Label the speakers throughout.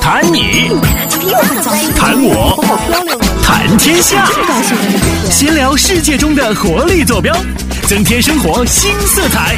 Speaker 1: 谈你，谈我，谈天下，闲聊世界中的活力坐标，增添生活新色彩。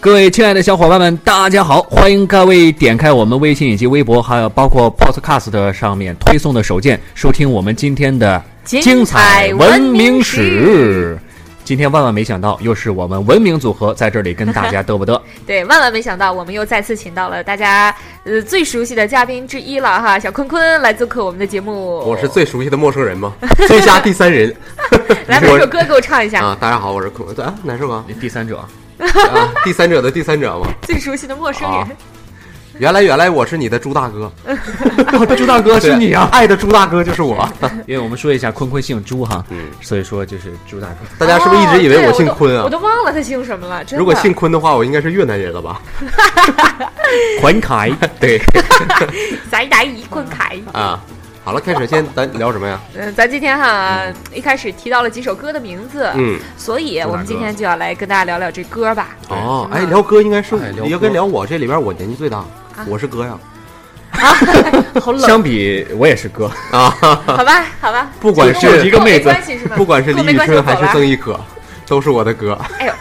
Speaker 2: 各位亲爱的小伙伴们，大家好！欢迎各位点开我们微信以及微博，还有包括 Podcast 上面推送的首件，收听我们今天的精彩文明史。今天万万没想到，又是我们文明组合在这里跟大家嘚不嘚。
Speaker 3: 对，万万没想到，我们又再次请到了大家呃最熟悉的嘉宾之一了哈，小坤坤来做客我们的节目。
Speaker 4: 我是最熟悉的陌生 人吗？最佳第三人
Speaker 3: 来把这首歌给我唱一下，
Speaker 4: 啊！大家好，我是孔啊，哪首歌
Speaker 2: 第三者，
Speaker 4: 啊？第三者的第三者吗？
Speaker 3: 最熟悉的陌生
Speaker 4: 啊
Speaker 3: 人。
Speaker 4: 原来原来我是你的猪大哥，
Speaker 2: 我的猪大哥
Speaker 4: 对！爱的猪大哥就是我。
Speaker 2: 哎因为我们说一下，坤坤姓朱哈，所以说就是朱大哥。
Speaker 4: 大家是不是一直以为我姓坤
Speaker 3: 哦对
Speaker 4: 啊
Speaker 3: 我？都我都忘了他姓什么了。真的
Speaker 4: 如果姓坤的话，我应该是越南人了吧？
Speaker 2: 环凯，
Speaker 4: 对
Speaker 3: 咱俩一坤凯，
Speaker 4: 啊，好了，开始先咱聊什 么呀？
Speaker 3: 嗯、咱今天哈、呃一开始提到了几首歌的名字，
Speaker 4: 嗯，
Speaker 3: 所以我
Speaker 2: 朱
Speaker 3: 们
Speaker 2: 大哥
Speaker 3: 今天就要来跟大家聊聊这歌吧。
Speaker 4: 哦，
Speaker 3: 对
Speaker 4: 哎，聊哥应该是
Speaker 2: 哎聊
Speaker 4: 你要
Speaker 2: 哥
Speaker 4: 跟聊我这里边我年纪最大，我是哥呀
Speaker 3: 好冷，
Speaker 2: 相比我也是哥，
Speaker 4: 啊！
Speaker 3: 好吧，好吧，
Speaker 4: 不管
Speaker 3: 这
Speaker 4: 是
Speaker 3: 跟我
Speaker 2: 有一个妹子
Speaker 3: 跟我没关系是吗？
Speaker 4: 不管是
Speaker 3: 跟我
Speaker 4: 李
Speaker 3: 没
Speaker 4: 宇
Speaker 3: 关系
Speaker 4: 春还
Speaker 3: 我走了
Speaker 4: 是曾轶可，都是我的哥。
Speaker 3: 哎呦，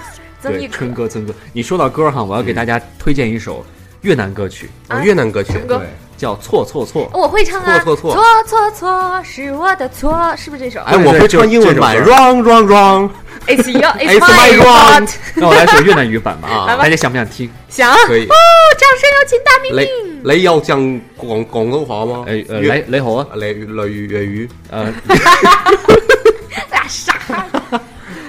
Speaker 3: 曾
Speaker 2: 对，
Speaker 3: 轶可
Speaker 2: 春，哥，曾哥。你说到歌哈，我要给大家推荐一首越南歌曲，
Speaker 4: 我
Speaker 3: 啊
Speaker 4: 哦越南歌曲，
Speaker 3: 春哥
Speaker 2: 对，叫《错错错》。
Speaker 3: 我会唱啊，
Speaker 4: 错错错
Speaker 3: 错错错是我的错，是不是这首？哎
Speaker 4: 哎，
Speaker 2: 对
Speaker 4: 我
Speaker 2: 对
Speaker 4: 会
Speaker 2: 就
Speaker 4: 唱英文版
Speaker 2: 这首歌
Speaker 4: ，wrong wrong wrong。
Speaker 3: It's your, it's
Speaker 4: It's my
Speaker 3: my
Speaker 4: wrong
Speaker 3: fault。
Speaker 2: 那我来首越南语版吧，
Speaker 4: 啊
Speaker 2: 大家想不想听？
Speaker 3: 想哦，
Speaker 4: 可以。
Speaker 3: 掌声有请大明
Speaker 4: 你
Speaker 3: 明。
Speaker 4: 你有講廣廣東話嗎？
Speaker 2: 哎呃，
Speaker 4: 粵
Speaker 2: 来雷猴啊，
Speaker 4: 你粵語粵語
Speaker 2: 呃，
Speaker 3: 啊，傻。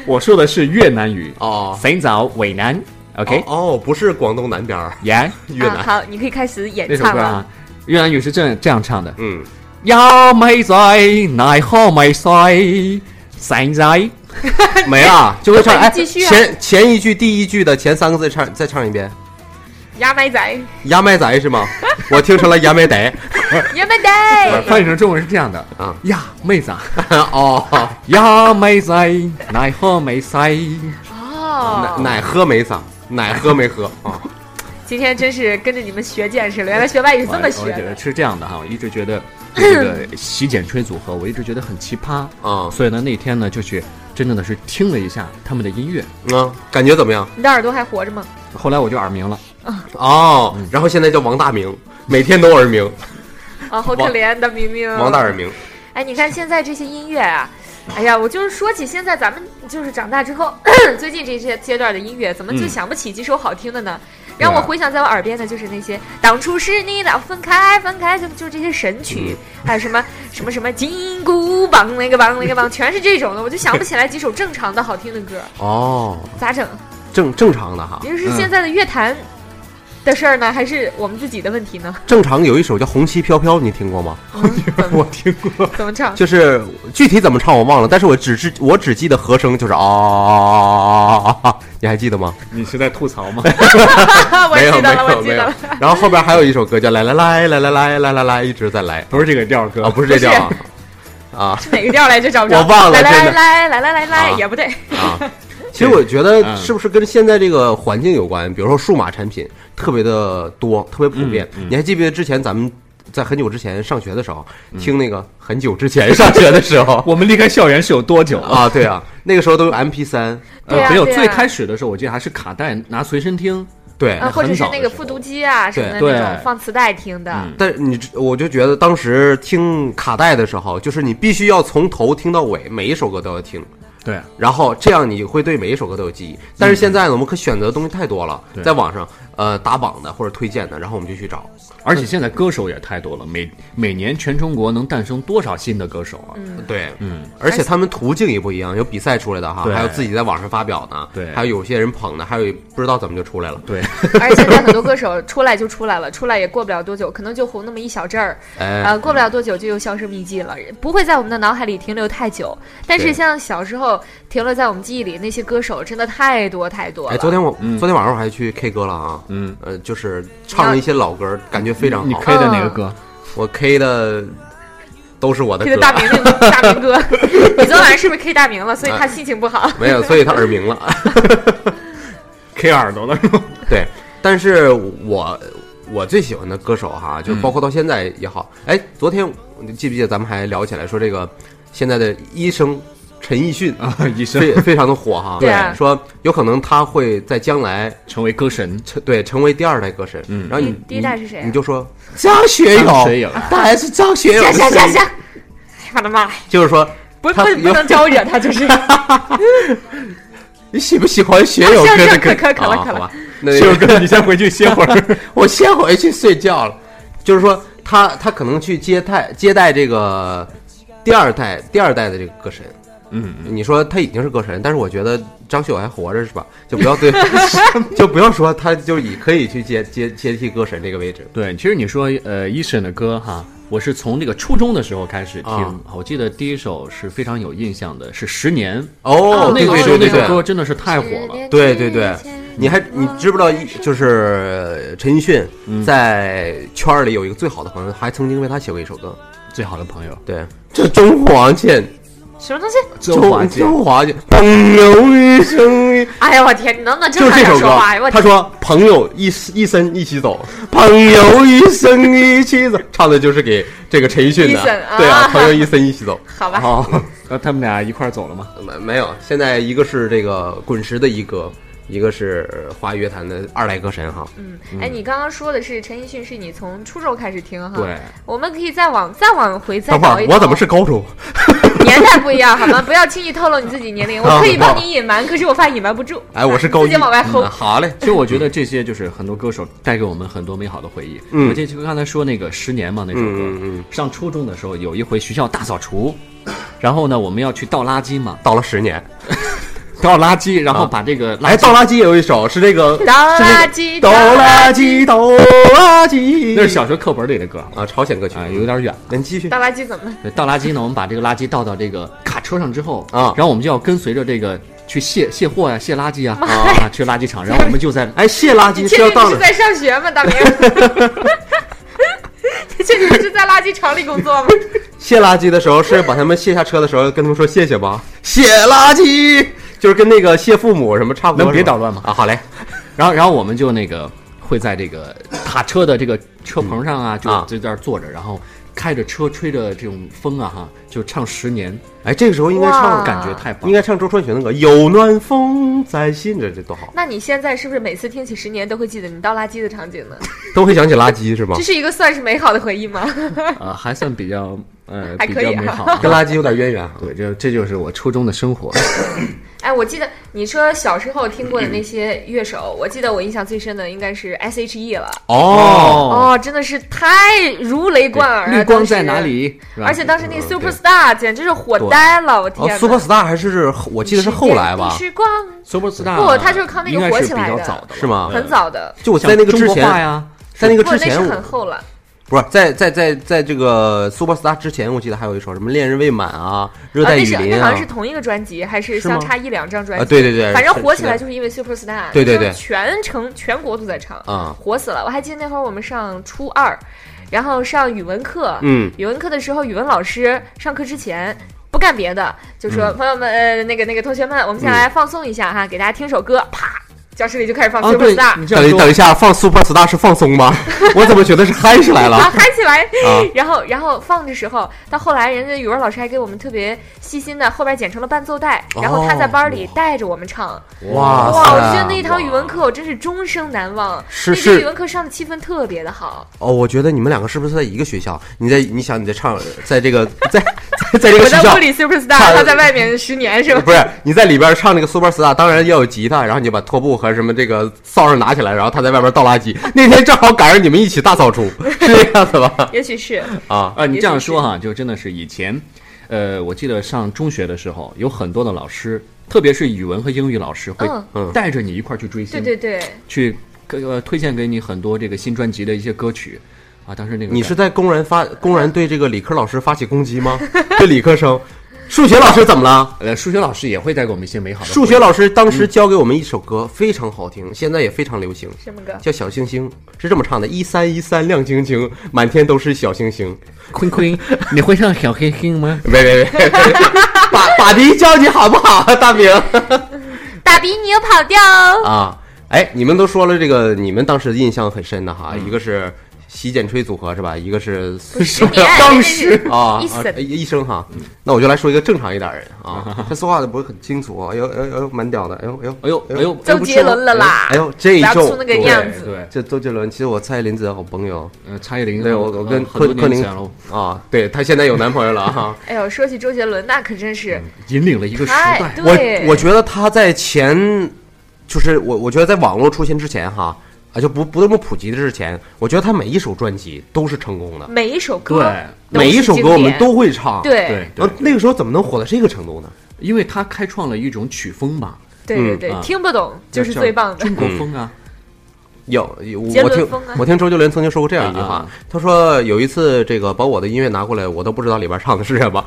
Speaker 2: 我说的是越南语，
Speaker 4: 哦
Speaker 2: 寻找伟南，OK，
Speaker 4: 哦，不是廣東南邊儿，
Speaker 2: 耶，
Speaker 4: 越
Speaker 3: 啊
Speaker 4: 南。
Speaker 3: 好，你可以开始
Speaker 2: 那
Speaker 3: 演
Speaker 2: 首
Speaker 3: 唱
Speaker 2: 歌
Speaker 3: 了
Speaker 2: 啊。，越南语是这样这样唱的：
Speaker 4: 嗯，
Speaker 2: 要妹仔，奈何妹衰，神仔，
Speaker 4: 没了，就會唱。哎，
Speaker 3: 那你繼續啊
Speaker 4: 前前一句第一句的前三個字唱，再唱一遍。
Speaker 3: 牙买 仔，
Speaker 4: 牙買仔是嗎？我聽成了牙買仔。
Speaker 3: 牙买仔，
Speaker 2: 翻译成中文是这样的
Speaker 4: 啊
Speaker 2: 呀，妹子啊，
Speaker 4: 哦，
Speaker 2: 呀，妹仔，奈何妹衰，
Speaker 3: 哦，
Speaker 4: 奶喝没啥，奶喝没喝啊？
Speaker 3: 今天真是跟着你们学见识了，原来学外语是
Speaker 4: 哎
Speaker 3: 这么
Speaker 2: 我
Speaker 3: 学
Speaker 2: 我觉得
Speaker 3: 的。
Speaker 2: 是这样的哈，我一直觉得对这 个洗剪吹组合，我一直觉得很奇葩。
Speaker 4: 啊
Speaker 2: 所以呢，那天呢就去真正的是听了一下他们的音乐，
Speaker 4: 啊，感覺怎麼樣？
Speaker 3: 你的耳朵还活着吗？
Speaker 2: 后来我就耳鸣了。
Speaker 4: 哦，然後現在叫王大明，每天都耳鸣，
Speaker 3: 啊，好可怜的明明。
Speaker 4: 王大耳。鸣。
Speaker 3: 哎，你看现在这些音乐啊，哎呀，我就是说起现在咱们就是长大之后， 最近这些阶段的音乐，怎么就
Speaker 2: 嗯
Speaker 3: 想不起几首好听的呢？
Speaker 4: 啊
Speaker 3: 让我
Speaker 2: 对
Speaker 3: 回想在我耳边的就是那些“当初是你俩分开，分开”就就这些神曲，
Speaker 4: 嗯
Speaker 3: 还有什么什么什么金箍棒那个棒那个棒， 全是这种的，我就想不起来几首正常的好听的 歌，
Speaker 4: 哦，
Speaker 3: 咋整？
Speaker 4: 正正常的哈，
Speaker 3: 您是现在的乐坛的事儿呢，还是我们自己的问题 呢？
Speaker 4: 正常有一首叫《红旗飘飘》，你听过吗？
Speaker 3: 怎
Speaker 4: 听过。
Speaker 3: 怎么唱？
Speaker 4: 就是具体怎么唱我忘了，但是我只知我只记得和声就是啊啊啊啊！你还记得吗？
Speaker 2: 你是在吐槽吗？
Speaker 3: 我
Speaker 4: 没有
Speaker 3: 记
Speaker 4: 没
Speaker 3: 得了，我
Speaker 4: 有
Speaker 3: 记
Speaker 4: 没
Speaker 3: 得
Speaker 4: 有
Speaker 3: 了。。
Speaker 4: 然后后边还有一首歌叫来来来来来来来来来，一直在来
Speaker 2: 不是这个调儿哥
Speaker 4: 啊，不是这调啊啊
Speaker 3: 是哪个调来着？找不着。
Speaker 4: 我忘了
Speaker 3: 来来
Speaker 4: 真的
Speaker 3: 来来来来来，
Speaker 4: 啊
Speaker 3: 也不对。
Speaker 4: 啊！其实我觉得是不是跟现在这个环境有关？比如说数码产品特别的多，特别普遍。你还记不记得之前咱们在很久之前上学的时候，听那个很久之前上学的时 候
Speaker 2: 我们离开校园是有多久？呃
Speaker 4: 啊？对啊，那个时候都有 MP 三，
Speaker 3: 对啊
Speaker 2: 没有，
Speaker 3: 对啊
Speaker 2: 最开始的时候我记得还是卡带拿随身听，
Speaker 4: 对
Speaker 3: 啊，或者
Speaker 2: 很
Speaker 3: 是
Speaker 2: 早的
Speaker 3: 那个
Speaker 2: 时候
Speaker 3: 复读机啊什么的
Speaker 2: 对
Speaker 3: 那种
Speaker 2: 对
Speaker 3: 放磁带听的，
Speaker 4: 但是你知我就觉得当时听卡带的时候，就是你必须要从头听到尾，每一首歌都要听，
Speaker 2: 对，
Speaker 4: 然后这样你会对每一首歌都有记忆。但是现在呢，我们可选择的东西太多了，
Speaker 2: 嗯对
Speaker 4: 在网上呃打榜的或者推荐的，然后我们就去找。
Speaker 2: 而且现在歌手也太多了，每每年全中国能诞生多少新的歌手啊？
Speaker 4: 对，嗯，而且他们途径也不一样，有比赛出来的哈，
Speaker 2: 对
Speaker 4: 还有自己在网上发表的，
Speaker 2: 对
Speaker 4: 还有有些人捧的，还有不知道怎么就出来了。
Speaker 2: 对，
Speaker 3: 而且现在很多歌手出来就出来了，出来也过不了多久，可能就红那么一小阵儿，
Speaker 4: 哎
Speaker 3: 啊，，过不了多久就又销声匿迹了，不会在我们的脑海里停留太久。但是
Speaker 4: 对
Speaker 3: 像小时候停留在我们记忆里那些歌手，真的太多太多
Speaker 4: 哎，
Speaker 3: 了。
Speaker 4: 昨天我、昨天晚上我还去 K 歌了啊，
Speaker 2: 嗯，
Speaker 4: 呃，就是唱了一些老歌，感觉非常
Speaker 2: 你
Speaker 4: 好。
Speaker 2: K 的哪个歌？
Speaker 4: 我 K 的都是我的
Speaker 3: K
Speaker 4: 歌
Speaker 3: 的。大明那个大明
Speaker 4: 啊
Speaker 3: 哥，你昨晚上是不是 K 大明了？所以他心情不好。
Speaker 4: 没有，所以他耳鸣了。
Speaker 2: K 耳朵 了，是吧？
Speaker 4: 对，但是我我最喜欢的歌手哈，就是包括到现在也好，哎，昨天你记不记得咱们还聊起来说这个现在的医生陈奕迅
Speaker 2: 啊，医生
Speaker 4: 非非常的火哈，
Speaker 3: 对啊
Speaker 4: 说有可能他会在将来
Speaker 2: 成为歌神，
Speaker 4: 成对成为第二代歌神，嗯，然后你
Speaker 3: 第第一代是谁啊
Speaker 4: 你就说张学友，
Speaker 2: 张学友
Speaker 4: 他还是张学友
Speaker 3: 行
Speaker 4: 的
Speaker 3: 行
Speaker 4: 声音，
Speaker 3: 行行，哎呀我的妈呀！
Speaker 4: 就是说
Speaker 3: 不不
Speaker 4: 他
Speaker 3: 不能招惹他， 就是。
Speaker 4: 你喜不喜欢学
Speaker 3: 啊
Speaker 4: 友哥
Speaker 3: 是
Speaker 4: 的
Speaker 3: 是
Speaker 4: 歌？
Speaker 3: 可可可了
Speaker 4: 啊
Speaker 3: 可了
Speaker 4: 好吧，那
Speaker 2: 学友哥，你先回去歇会儿。
Speaker 4: 我先回去睡觉了。就是说他，他可能去接待接待这个第二代第二代的这个歌神。
Speaker 2: 嗯，
Speaker 4: 你说他已经是歌神，但是我觉得张学友还活着是吧？就不要对， 就不要说他就以可以去接接接替歌神这个位置。
Speaker 2: 对，其实你说呃，一审的歌哈，我是从这个初中的时候开始听，
Speaker 4: 啊
Speaker 2: 我记得第一首是非常有印象的，是《十年》
Speaker 4: 哦，
Speaker 2: 那个
Speaker 4: 对
Speaker 2: 时候
Speaker 4: 对
Speaker 2: 那
Speaker 4: 对
Speaker 2: 首歌真的是太火了。
Speaker 4: 对对对，你还你知不知道一就是呃陈奕迅
Speaker 2: 嗯
Speaker 4: 在圈儿里有一个最好的朋友，还曾经为他写过一首歌。
Speaker 2: 最好的朋友，
Speaker 4: 对，这中华健
Speaker 3: 什么东西？
Speaker 2: 周华健
Speaker 4: 周华健，朋友一 生一，
Speaker 3: 哎呀，我天，你能不能
Speaker 4: 就
Speaker 3: 正常
Speaker 4: 是
Speaker 3: 点
Speaker 4: 这首歌
Speaker 3: 说话呀？哎我。
Speaker 4: 他
Speaker 3: 天，
Speaker 4: 说：“朋友一一生一起 走，朋友一生一起走。”唱的就是给这个陈奕迅的
Speaker 3: Eason，，
Speaker 4: 对啊
Speaker 3: 啊，
Speaker 4: 朋友一生一起走。
Speaker 3: 好吧，
Speaker 4: 哦，
Speaker 2: 呃，他们俩一块儿走了吗？
Speaker 4: 没没有，现在一个是这个滚石的一哥，一个是华语乐坛的二代歌神哈。
Speaker 3: 嗯，哎，你刚刚说的是陈奕迅，是你从初中开始听哈？
Speaker 2: 对，
Speaker 3: 我们可以再往再往回再
Speaker 4: 等会
Speaker 3: 倒
Speaker 4: 儿
Speaker 3: 一倒。
Speaker 4: 啊我怎么是 高中？
Speaker 3: 年代不一样好吗？不要轻易透露你自己 年龄，我可以帮你隐瞒，可是我怕隐瞒不住。
Speaker 4: 啊
Speaker 3: 啊
Speaker 4: 哎，我是高
Speaker 3: 你
Speaker 4: 一。
Speaker 3: 自己往外
Speaker 4: 嗯
Speaker 3: 薅。
Speaker 4: 好嘞，
Speaker 2: 其实我觉得这些就是很多歌手带给我们很多美好的回忆。
Speaker 4: 嗯
Speaker 2: 我记得刚才说那个《十年》嘛，那首歌，
Speaker 4: 嗯嗯嗯
Speaker 2: 上初中的时候有一回学校大扫除，然后呢我们要去倒垃圾嘛，
Speaker 4: 倒了十年。
Speaker 2: 倒垃圾，然后把这个垃
Speaker 4: 哎，
Speaker 2: 圾
Speaker 4: 倒垃圾有一首是这个
Speaker 3: 倒垃圾
Speaker 4: 是这个倒垃圾，倒垃圾。
Speaker 2: 那是小学课本里的歌啊、
Speaker 4: 啊，朝鲜歌曲
Speaker 2: 有点远。
Speaker 4: 咱继续
Speaker 3: 倒垃圾怎么了？
Speaker 2: 对倒垃圾呢，我们把这个垃圾倒到这个卡车上之后
Speaker 4: 啊
Speaker 2: 然后我们就要跟随着这个去卸卸货呀、卸垃圾呀
Speaker 4: 呀
Speaker 2: 啊，去垃圾场，然后我们就在
Speaker 4: 哎，卸垃圾
Speaker 3: 你
Speaker 4: 是
Speaker 3: 确
Speaker 4: 要
Speaker 3: 定
Speaker 4: 倒
Speaker 3: 你
Speaker 4: 了
Speaker 3: 是。在上学吗，大明？ 你确定你是在垃圾场里工作吗？
Speaker 4: 卸垃圾的时候是把他们卸下车的时候跟他们说谢谢吧，卸垃圾就是跟那个谢父母什么差不多。
Speaker 2: 能别
Speaker 4: 是吧
Speaker 2: 捣乱吗
Speaker 4: 啊，好嘞，
Speaker 2: 然后，然后我们就那个会在这个卡车的这个车棚上
Speaker 3: 嗯
Speaker 2: 啊，就
Speaker 4: 啊
Speaker 2: 就在这儿坐着，然后开着车，吹着这种风啊，哈，就唱《十年
Speaker 4: 哎，这个时候应该唱
Speaker 3: 哇，
Speaker 2: 感觉太棒
Speaker 4: 应该唱周传雄的歌《有暖风在心》，这这多好，
Speaker 3: 那你现在是不是每次听起《十年》都会记得你倒垃圾的场景呢？
Speaker 4: 都会想起垃圾是吗
Speaker 3: 这？是一个算是美好的回忆吗？
Speaker 2: 了》，呃，还算比较呃
Speaker 3: 还
Speaker 2: 比
Speaker 3: 可以
Speaker 2: 较
Speaker 3: 啊
Speaker 2: 美 好。
Speaker 4: 跟垃圾有点渊源哈。
Speaker 2: 对，这这就是我初中的生活。
Speaker 3: 哎，我记得你说小时候听过
Speaker 4: 嗯
Speaker 3: 的那些乐手，我记得我印象最深的应该是 S.H.E 了。
Speaker 4: 哦，
Speaker 3: 哦，真的是太如雷贯耳了。
Speaker 2: 绿光
Speaker 3: 啊当时
Speaker 2: 在哪？里？是吧
Speaker 3: 而且当时那 Super Star 简直是火呆了，我天
Speaker 4: 嗯哦
Speaker 3: 哪
Speaker 4: ，Super Star 还是我记得是后来吧
Speaker 3: 你？是光，
Speaker 2: Super Star
Speaker 3: 不他就是靠那个
Speaker 2: 应该
Speaker 3: 火
Speaker 2: 是
Speaker 3: 起来
Speaker 2: 比较
Speaker 3: 的
Speaker 2: 早的了，
Speaker 4: 是吗
Speaker 3: 很早的，
Speaker 4: 就我
Speaker 2: 像
Speaker 4: 在那个之
Speaker 2: 中国话
Speaker 4: 前，
Speaker 2: 呀，
Speaker 4: 嗯在那个
Speaker 3: 不，
Speaker 4: 之
Speaker 3: 那是
Speaker 4: 前，
Speaker 3: 很后了。
Speaker 4: 不是在在在在这个 Super Star 之前，我记得还有一首什么《恋人未满》啊，《热
Speaker 3: 啊，
Speaker 4: 带
Speaker 3: 那
Speaker 4: 雨
Speaker 3: 是
Speaker 4: 林
Speaker 3: 那》好像
Speaker 4: 啊
Speaker 3: 是，同一个专辑，还是
Speaker 4: 是吗
Speaker 3: 相差一两张专
Speaker 4: 啊，
Speaker 3: 辑？
Speaker 4: 对对对，
Speaker 3: 反正
Speaker 4: 是
Speaker 3: 火起来
Speaker 4: 是
Speaker 3: 就是因为 Super Star，
Speaker 4: 对对
Speaker 3: 就是
Speaker 4: 对
Speaker 3: 全城全国都在唱，
Speaker 4: 啊
Speaker 3: 火死了。我还记得那会儿我们上初二，然后上语文课，
Speaker 4: 嗯
Speaker 3: 语文课的时候，语文老师上课之前。不干别的，就说、
Speaker 4: 嗯
Speaker 3: 朋友们，呃，那个那个同学们，我们先来放松一下哈，给大家听首歌，啪，教室里就开始放
Speaker 2: 啊，
Speaker 3: Super
Speaker 2: 对
Speaker 3: Star，、，
Speaker 2: 你这
Speaker 4: 等一
Speaker 2: 样
Speaker 4: 哎等一
Speaker 2: 说，
Speaker 4: 下，放 Super Star 是放松吗？ 我怎么觉得是嗨起来
Speaker 3: 啊，
Speaker 4: 了？
Speaker 3: 嗨起来
Speaker 4: 啊！
Speaker 3: 然后，然后放的时候，到后来人家语文老师还给我们特别细心的，后边剪成了伴奏带，然后
Speaker 4: 哦
Speaker 3: 他在班里带着我们唱。
Speaker 4: 哇
Speaker 3: 哇，我觉
Speaker 4: 塞
Speaker 3: 得那一堂语文课我真是终生难忘。
Speaker 4: 是
Speaker 3: 那节
Speaker 4: 是
Speaker 3: 语文课上的气氛特别的好，
Speaker 4: 哦，我觉得你们两个是不是在一个学校？你在你想你在唱，在这个 在在在这个
Speaker 3: 我
Speaker 4: 学
Speaker 3: 在
Speaker 4: 校
Speaker 3: 屋。里 super
Speaker 4: 差
Speaker 3: star，他在外面十年是吧？
Speaker 4: 不是你在里边唱那个 Super Star，当然要有吉他，然后你把拖布和什么这个扫帚拿起来，然后他在外边倒垃圾。 那天正好赶上你们一起大扫 除，是这样子吧？
Speaker 3: 也许 是
Speaker 4: 啊，
Speaker 2: 啊，你这样
Speaker 3: 也许是
Speaker 2: 说哈，就真的是以前，呃，我记得上中学的时候，有很多的老师，特别是语文和英语老师，会
Speaker 3: 嗯
Speaker 4: 嗯
Speaker 2: 带着你一块儿去追星，
Speaker 3: 对对对，
Speaker 2: 去呃推荐给你很多这个新专辑的一些歌曲啊。当时那个
Speaker 4: 你是
Speaker 2: 感
Speaker 4: 在公然发公然对这个理科老师发起攻击 吗？对理科生，数学老师怎么了？
Speaker 2: 呃数学老师也会带给我们一些美好的
Speaker 4: 数学
Speaker 2: 回
Speaker 4: 老师当时教给我们一首歌，非常好听，现在也非常流行，
Speaker 3: 什么歌？
Speaker 4: 叫《小星星》，是这么唱的：一三一三亮晶晶，满天都是小星星。
Speaker 2: 忆。坤坤，你会唱小黑星吗？
Speaker 4: 别别 别，把把笛教你好不好，大明
Speaker 3: 大鼻你又跑掉哦，
Speaker 4: 啊！哎，你们都说了这个，你们当时印象很深的哈，一个是洗剪吹组合是吧？一个是
Speaker 3: 失眠，
Speaker 2: 当时
Speaker 3: 哎
Speaker 4: 啊
Speaker 3: 一嗯森
Speaker 4: 啊医生哈，那我就来说一个正常一点儿人
Speaker 3: 嗯
Speaker 4: 啊，他说话的不是很清楚，哎呦哎呦哎呦，蛮屌的，哎呦哎 呦
Speaker 2: 哎呦哎呦
Speaker 3: 周杰伦了啦
Speaker 4: 哎呦这一
Speaker 3: 不要
Speaker 4: 众
Speaker 3: 出那个
Speaker 4: 对
Speaker 3: 样
Speaker 2: 对
Speaker 3: 子
Speaker 2: 对，
Speaker 4: 这周杰伦，其实我蔡依林子的好朋友，嗯
Speaker 2: 呃，蔡依林，
Speaker 4: 对我我跟
Speaker 2: 呃
Speaker 4: 柯
Speaker 2: 很
Speaker 4: 柯
Speaker 2: 多年
Speaker 4: 林
Speaker 2: 前了，
Speaker 4: 啊，对她现在有男朋友 了哈。
Speaker 3: 哎呦，说起周杰伦，那可真是
Speaker 4: 嗯
Speaker 2: 引领了一个时
Speaker 3: 太
Speaker 2: 代。
Speaker 3: 对，
Speaker 4: 我我觉得她在前，就是我我觉得在网络出现之前哈，啊就不不那么普及之前，我觉得她每一首专辑都是成功的，
Speaker 3: 每一首歌都是
Speaker 4: 每一首歌我们
Speaker 3: 经典
Speaker 4: 都会唱。，
Speaker 3: 对
Speaker 2: 对对
Speaker 4: 然后，那个时候怎么能火到这个程度呢？
Speaker 2: 因为他开创了一种曲风吧，
Speaker 4: 嗯
Speaker 3: 对对对
Speaker 2: 啊，
Speaker 3: 听不懂就是
Speaker 2: 叫
Speaker 3: 最棒的
Speaker 2: 中。国风啊，
Speaker 4: 有，有
Speaker 3: 杰
Speaker 4: 我
Speaker 3: 伦
Speaker 4: 听
Speaker 3: 风啊
Speaker 4: 我听周杰伦曾经说过这样一句
Speaker 2: 啊
Speaker 4: 话
Speaker 2: 啊，
Speaker 4: 他说有一次这个把我的音乐拿过来，我都不知道里边唱的是什么。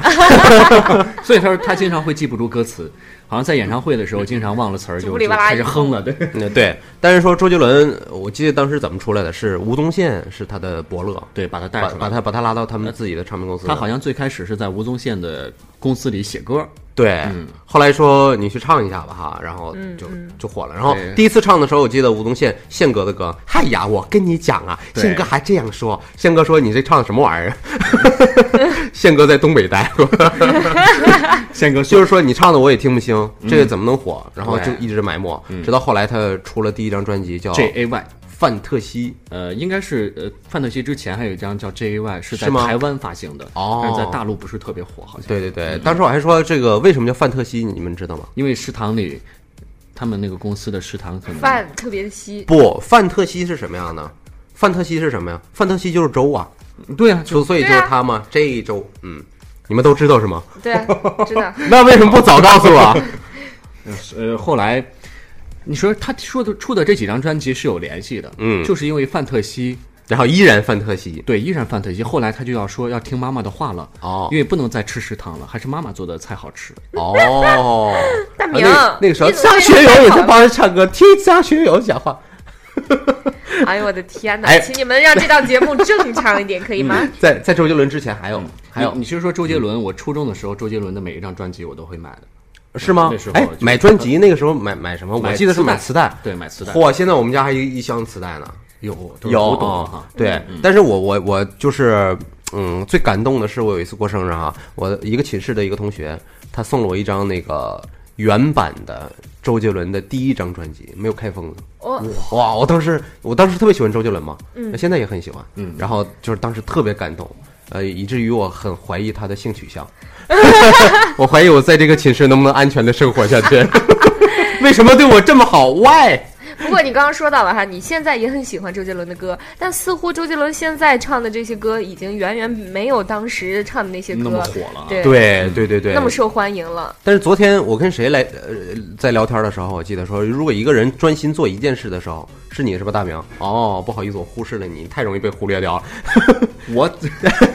Speaker 2: 所以他说他经常会记不住歌词，好像在演唱会的时候经常忘了词儿，
Speaker 3: 就
Speaker 2: 就
Speaker 3: 呜里
Speaker 2: 就
Speaker 3: 哇啦
Speaker 2: 开
Speaker 3: 一
Speaker 2: 始哼了。对，
Speaker 4: 嗯，对。但是说周杰伦，我记得当时怎么出来的，是吴宗宪是他的伯乐，
Speaker 2: 对，把他带
Speaker 4: 把
Speaker 2: 出来呃
Speaker 4: 把他把他拉到他们自己的唱片公司的。
Speaker 2: 他好像最开始是在吴宗宪的公司里写歌，
Speaker 4: 对，
Speaker 2: 嗯
Speaker 4: 后来说你去唱一下吧哈，然后就就火了。然后
Speaker 2: 对
Speaker 4: 第一次唱的时候，我记得吴宗宪宪哥的歌，嗨呀，我跟你讲啊，
Speaker 2: 对
Speaker 4: 宪哥还这样说，宪哥说你这唱的什么玩意儿？ 宪哥在东北待过，
Speaker 2: 宪哥
Speaker 4: 就是说你唱的我也听不清，这个怎么能火？然后就
Speaker 2: 嗯对嗯
Speaker 4: 一直埋没，直到后来他出了第一张专辑叫《
Speaker 2: J A Y。
Speaker 4: 范特西》。
Speaker 2: 呃，应该是呃，范特西之前还有一张叫 J A Y，是在
Speaker 4: 是吗
Speaker 2: 台湾发行的，
Speaker 4: 哦
Speaker 2: 但是在大陆不是特别火，好像。
Speaker 4: 对对对，当时我还说这个为什么叫范特西，你们知道吗？
Speaker 2: 因为食堂里，他们那个公司的食堂可能
Speaker 3: 饭特别稀，
Speaker 4: 不，范特西是什么样的？范特西是什么呀？范特西就是粥啊，
Speaker 2: 对啊，
Speaker 4: 就所以就
Speaker 3: 对
Speaker 4: 是
Speaker 3: 啊
Speaker 4: 他嘛，这一周，嗯，你们都知道是吗？
Speaker 3: 对啊，知 道。
Speaker 4: 那为什么不早告诉 我？
Speaker 2: 呃，后来你说他说的出的这几张专辑是有联系的，
Speaker 4: 嗯
Speaker 2: 就是因为范特西
Speaker 4: 然后依然范特西，
Speaker 2: 对依然范特西，后来他就要说要听妈妈的话了，
Speaker 4: 哦
Speaker 2: 因为不能再吃食堂了，还是妈妈做的菜好吃。
Speaker 4: 哦，
Speaker 3: 大
Speaker 4: 啊
Speaker 3: 明
Speaker 4: 那那个时候
Speaker 3: 你怎么
Speaker 4: 张学友也在帮人唱歌，听张学友 讲话。
Speaker 3: 哎呦我的天哪
Speaker 4: 哎！嗯
Speaker 3: 请你们让这档节目正常一点，可以吗？
Speaker 4: 在在周杰伦之前还有
Speaker 2: 嗯
Speaker 4: 还有
Speaker 2: 你你是说周杰伦？我初中的时候，周杰伦的每一张专辑我都会买的，
Speaker 4: 是吗
Speaker 2: 那时？候
Speaker 4: 哎
Speaker 2: 就，是
Speaker 4: 买专辑那个时候买买什么？我
Speaker 2: 买
Speaker 4: 记得是
Speaker 2: 磁带
Speaker 4: 买磁带。
Speaker 2: 对，买磁带。
Speaker 4: 嚯，现在我们家还有一一箱磁带呢。
Speaker 2: 有都是
Speaker 4: 有
Speaker 2: 古董
Speaker 4: 啊
Speaker 2: 哈，
Speaker 4: 对，但是我我我就是，嗯，最感动的是我有一次过生日哈，我一个寝室的一个同学，他送了我一张那个原版的周杰伦的第一张专辑，没有开封的。
Speaker 3: 哦，
Speaker 4: 哇！我当时我当时特别喜欢周杰伦嘛，嗯，现在也很喜欢，嗯，然后就是当时特别感动，呃，以至于我很怀疑他的性 取向，我怀疑我在这个寝室能不能安全的生活下去。 为什么对我这么好？Why？
Speaker 3: 不过你刚刚说到了哈，你现在也很喜欢周杰伦的歌，但似乎周杰伦现在唱的这些歌已经远远没有当时唱的那些歌
Speaker 2: 那么火了啊
Speaker 3: 对，
Speaker 4: 对对对对，
Speaker 3: 那么受欢迎了。
Speaker 4: 但是昨天我跟谁来呃在聊天的时候，我记得说，如果一个人专心做一件事的时候，是你是吧，大明？哦，不好意思，我忽视了你，太容易被忽略掉了。
Speaker 2: 我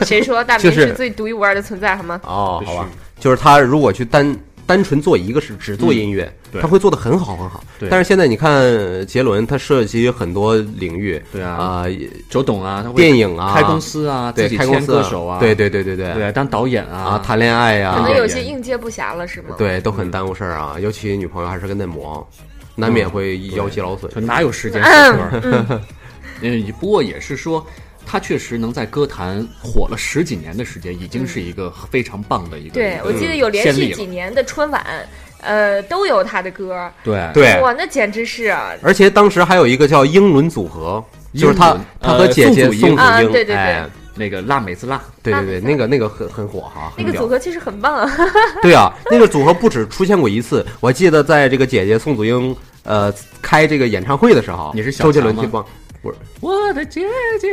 Speaker 3: 谁说大
Speaker 4: 就
Speaker 3: 明
Speaker 4: 是
Speaker 3: 是最独一无二的存在，好吗？
Speaker 4: 哦，
Speaker 2: 必须
Speaker 4: 好吧，就是他如果去单单纯做一个事，只做音乐，
Speaker 2: 嗯对
Speaker 4: 他会做的很好很好。
Speaker 2: 对
Speaker 4: 但是现在你看呃杰伦，他涉及很多领域，
Speaker 2: 对啊
Speaker 4: 啊、也
Speaker 2: 周董啊，他会
Speaker 4: 电影啊
Speaker 2: 开公司啊，
Speaker 4: 对，
Speaker 2: 自己
Speaker 4: 开公
Speaker 2: 签
Speaker 4: 司
Speaker 2: 歌手啊，
Speaker 4: 对对对对对
Speaker 2: 对，当导演啊
Speaker 4: 啊，，谈恋爱呀、
Speaker 3: 可
Speaker 2: 啊
Speaker 3: 能有些
Speaker 2: 演员
Speaker 3: 应接不暇了，是吗？
Speaker 4: 对，都很耽误事儿啊，尤其女朋友还是个嫩模，难
Speaker 2: 嗯
Speaker 4: 免会腰肌劳损。
Speaker 2: 就哪有时间写歌？ 嗯，不过也是说，他确实能在歌坛火了十几年的时间，已经是一个非常棒的一个。
Speaker 3: 对，
Speaker 2: 一个
Speaker 3: 我记得有连
Speaker 2: 先例
Speaker 3: 续
Speaker 2: 了
Speaker 3: 几年的春晚，呃，都有他的歌。
Speaker 2: 对
Speaker 4: 对，
Speaker 3: 哇，那简直是啊！
Speaker 4: 而且当时还有一个叫英伦组合，就是他
Speaker 2: 英伦
Speaker 4: 他和姐姐
Speaker 2: 呃
Speaker 4: 宋
Speaker 2: 宋
Speaker 4: 祖
Speaker 2: 祖
Speaker 4: 英，
Speaker 2: 英
Speaker 3: 啊对对对
Speaker 4: 哎
Speaker 2: 那个辣妹子辣，
Speaker 4: 对对对，那个那个很很火哈，
Speaker 3: 那个
Speaker 4: 很
Speaker 3: 组
Speaker 4: 屌。
Speaker 3: 合确实很棒啊！
Speaker 4: 对啊，那个组合不止出现过一次，我记得在这个姐姐宋祖英呃开这个演唱会的时候，
Speaker 2: 你是小
Speaker 4: 周杰伦
Speaker 2: 强
Speaker 4: 去
Speaker 2: 吗
Speaker 4: 帮。不是，
Speaker 2: 我的姐姐。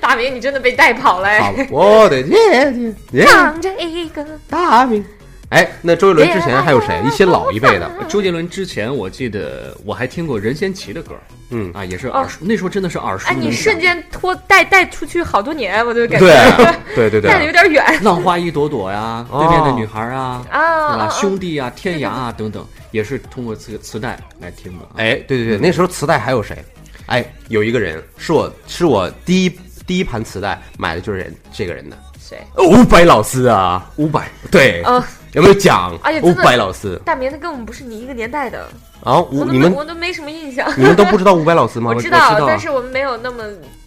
Speaker 3: 大明，你真的被带跑了、
Speaker 4: 好
Speaker 3: 哎。
Speaker 4: 吧我的姐姐耶，
Speaker 3: 唱着一个
Speaker 4: 大明。哎，那周杰伦之前还有谁？一些老一辈的，
Speaker 2: 周杰伦之前我记得我还听过任贤齐的歌，
Speaker 4: 嗯
Speaker 2: 啊，也是耳熟，那时候真的是耳熟
Speaker 3: 哎，
Speaker 2: 能详。
Speaker 3: 你瞬间拖带带出去好多年，我就感
Speaker 4: 对啊
Speaker 3: 觉
Speaker 4: 对对
Speaker 3: 带的有
Speaker 4: 对，
Speaker 3: 点远
Speaker 2: 浪花一朵朵呀，
Speaker 4: 哦
Speaker 2: 对面的女孩啊，
Speaker 3: 啊
Speaker 2: 对
Speaker 3: 啊！
Speaker 2: 吧？
Speaker 3: 啊
Speaker 2: 兄弟啊，天涯啊等等，也是通过磁磁带来听的。啊
Speaker 4: 哎，对对对，那时候磁带还有谁？哎，有一个人是我是我第一第一盘磁带买的就是人这个人的，
Speaker 3: 谁？
Speaker 4: 伍佰老师啊，伍佰对，
Speaker 3: 呃，
Speaker 4: 有没有讲
Speaker 3: 哎呀？
Speaker 4: 伍
Speaker 3: 真的
Speaker 4: 佰老师
Speaker 3: 大明他跟我们不是你一个年代的，
Speaker 4: 啊，
Speaker 3: 我
Speaker 4: 伍
Speaker 3: 都
Speaker 4: 你
Speaker 3: 没
Speaker 4: 们
Speaker 3: 我都没什么印象。
Speaker 4: 你们都不知道伍佰老师吗？
Speaker 3: 我
Speaker 4: 我
Speaker 3: 知
Speaker 4: 我
Speaker 3: 道，
Speaker 4: 啊
Speaker 3: 但是我们没有那么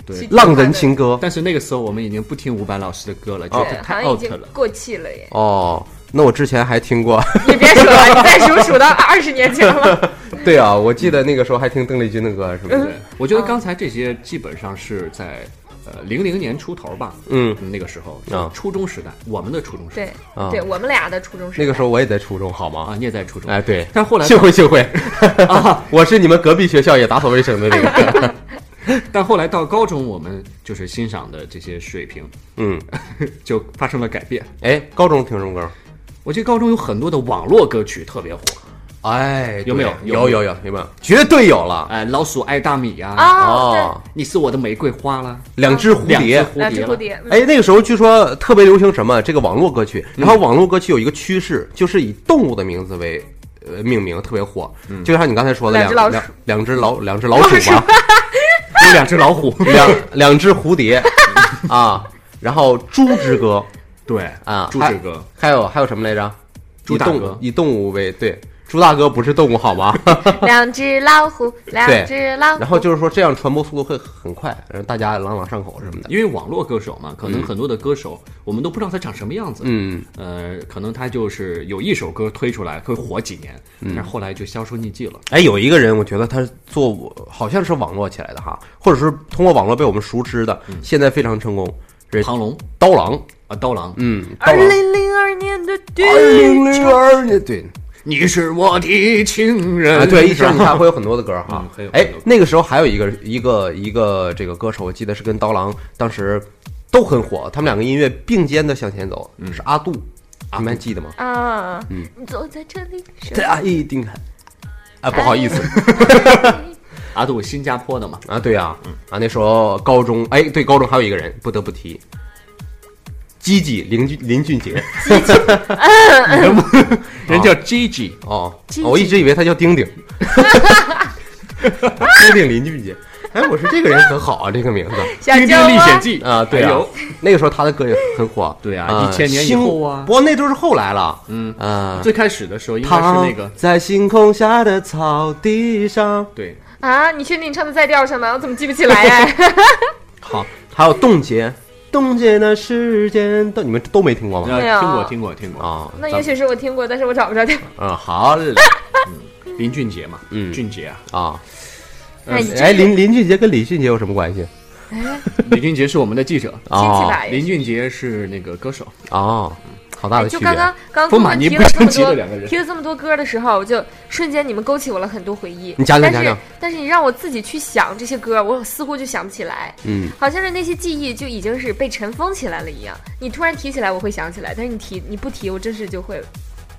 Speaker 2: 对
Speaker 3: 去
Speaker 4: 浪人情歌
Speaker 2: 但是那个时候我们已经不听伍佰老师的歌了，觉
Speaker 3: 对
Speaker 2: 得，
Speaker 3: 哦好
Speaker 2: 太
Speaker 3: 像已
Speaker 2: out
Speaker 3: 经
Speaker 2: 了。
Speaker 3: 过气了耶。
Speaker 4: 哦。那我之前还听过，
Speaker 3: 你别数了，你再数数到二十年前了。
Speaker 4: 对啊，我记得那个时候还听邓丽君的歌什么
Speaker 3: 嗯
Speaker 4: 的
Speaker 2: 对。，我
Speaker 3: 哦
Speaker 2: 觉得刚才这些基本上是在呃零零年出头吧，
Speaker 4: 嗯，
Speaker 2: 那个时候
Speaker 4: 啊
Speaker 2: 就初中时代，我们的初中时代
Speaker 3: 对
Speaker 4: 啊，
Speaker 3: 对我们俩的初中时代
Speaker 4: 那个时候我也在初中，好
Speaker 2: 啊，
Speaker 4: 吗？
Speaker 2: 你也在初中
Speaker 4: 哎，，对，
Speaker 2: 但后来
Speaker 4: 幸会幸会， 我是你们隔壁学校也打扫卫生的那个。
Speaker 2: 但后来到高中，我们就是欣赏的这些水平
Speaker 4: 嗯，
Speaker 2: 就发生了改变。
Speaker 4: 哎，高中听什么歌？
Speaker 2: 我记得高中有很多的网络歌曲特别火，
Speaker 4: 哎，
Speaker 2: 有没有
Speaker 4: 对
Speaker 2: 有
Speaker 4: 有有有有没有？绝对有了。
Speaker 2: 哎，老鼠爱大米呀、啊
Speaker 3: 哦，，
Speaker 2: 你是我的玫瑰花啦，
Speaker 4: 两只蝴
Speaker 2: 两只
Speaker 4: 蝶。
Speaker 3: 对，两只
Speaker 2: 蝶
Speaker 3: 蝴
Speaker 2: 了，
Speaker 3: 蝶，嗯
Speaker 4: 哎，那个时候据说特别流行什么这个网络歌曲，
Speaker 2: 嗯
Speaker 4: 然后网络歌曲有一个趋势，就是以动物的名字为呃命名，特别火。
Speaker 2: 嗯
Speaker 4: 就像你刚才说的，
Speaker 3: 两
Speaker 4: 两
Speaker 3: 只老鼠
Speaker 4: 两 两只老两只老鼠吧，
Speaker 2: 有两只老虎，
Speaker 4: 两两只 蝴蝶啊，然后猪之歌
Speaker 2: 对
Speaker 4: 啊，
Speaker 2: 猪之歌，
Speaker 4: 还还有还有什么来着？
Speaker 2: 猪
Speaker 4: 以
Speaker 2: 大
Speaker 4: 动
Speaker 2: 哥
Speaker 4: 以动物为对，猪大哥不是动物 好吗？
Speaker 3: 两只老虎，两只老虎。
Speaker 4: 哎然后就是说这样传播速度会很快，让大家朗朗上口什么的。
Speaker 2: 因为网络歌手嘛，可能很多的歌手、我们都不知道他长什么样子，
Speaker 4: 嗯，
Speaker 2: 呃，可能他就是有一首歌推出来会火几年，但是后来就销声匿迹了。
Speaker 4: 哎，有一个人，我觉得他是做好像是网络起来的哈，或者是通过网络被我们熟知的，现在非常成功。这
Speaker 2: 庞龙
Speaker 4: 刀郎，
Speaker 2: 啊，刀郎，
Speaker 4: 嗯，刀
Speaker 3: 二
Speaker 4: 郎，
Speaker 3: 零零二年的
Speaker 4: 二
Speaker 3: 对，
Speaker 4: 零零二年，对，
Speaker 2: 你是我的情人，
Speaker 4: 啊，对，一直
Speaker 2: 是
Speaker 4: 你
Speaker 2: 吧
Speaker 4: 看会有很多的歌哈
Speaker 2: 嗯会有。
Speaker 4: 哎
Speaker 2: 很多，
Speaker 4: 那个时候还有一个一个一个这个歌手，我记得是跟刀郎当时都很火，他们两个音乐并肩的向前走，是嗯阿杜，你们还记得吗？
Speaker 3: 啊，
Speaker 4: 嗯
Speaker 3: 你坐在这里，
Speaker 4: 这啊一定很，啊不好意思，
Speaker 2: 阿杜啊新加坡的嘛，
Speaker 4: 啊，对呀、啊，那时候高中，哎，对，高中还有一个人不得不提，吉吉林俊林俊杰
Speaker 2: 哦人叫 Gigi，
Speaker 4: 哦
Speaker 3: 吉吉
Speaker 4: 我一直以为他叫丁丁，丁丁林俊杰，哎，我说这个人很好啊，这个名字
Speaker 3: 小
Speaker 2: 丁
Speaker 3: 娇
Speaker 2: 丁历
Speaker 3: 啊
Speaker 2: 险，记》
Speaker 4: 啊，对
Speaker 2: 还
Speaker 4: 啊
Speaker 2: 有，
Speaker 4: 那个时候他的歌也很火，
Speaker 2: 哎对啊
Speaker 4: 呃
Speaker 2: 1000年以
Speaker 4: 星
Speaker 2: 后啊
Speaker 4: 不过那都是后来了，嗯啊，
Speaker 2: 最开始的时候应该是
Speaker 4: 他
Speaker 2: 那个
Speaker 4: 在星空下的草地上，
Speaker 2: 对，
Speaker 3: 啊！你确定你唱的在调上吗？我怎么记不起来 哎？
Speaker 4: 好，还有冻结，冻结的时间，都你们都没听过吗？
Speaker 3: 没有
Speaker 2: 听过听过听过，
Speaker 4: 啊，
Speaker 3: 那
Speaker 4: 咱
Speaker 3: 也许是我听过，但是我找不着调。
Speaker 4: 嗯，好嘞。
Speaker 2: 林俊杰嘛，
Speaker 4: 嗯
Speaker 2: 俊杰啊，
Speaker 4: 啊，
Speaker 3: 哎，你这
Speaker 4: 哎，林林俊杰跟李俊杰有什么关系？
Speaker 2: 李俊杰是我们的记 者，
Speaker 3: 亲戚
Speaker 4: 啊
Speaker 3: 吧也
Speaker 2: 林
Speaker 3: 是。
Speaker 2: 俊杰是那个歌手，
Speaker 4: 啊，好大
Speaker 3: 哎
Speaker 4: 的
Speaker 3: 就
Speaker 4: 区
Speaker 3: 刚刚
Speaker 4: 别！
Speaker 3: 刚刚
Speaker 2: 风
Speaker 3: 跟
Speaker 2: 马
Speaker 3: 我
Speaker 2: 尼
Speaker 3: 提
Speaker 2: 不
Speaker 3: 了这
Speaker 2: 升
Speaker 3: 么
Speaker 2: 级的
Speaker 3: 多
Speaker 2: 两个人
Speaker 3: 提了这么多歌的时候，我就瞬间你们勾起我了很多回忆。
Speaker 4: 你讲讲
Speaker 3: 但
Speaker 4: 讲
Speaker 3: 是
Speaker 4: 讲
Speaker 3: 但是你让我自己去想这些歌，我似乎就想不起来。
Speaker 4: 嗯，
Speaker 3: 好像是那些记忆就已经是被尘封起来了一样。你突然提起来，我会想起来；但是你提你不提，我真是就会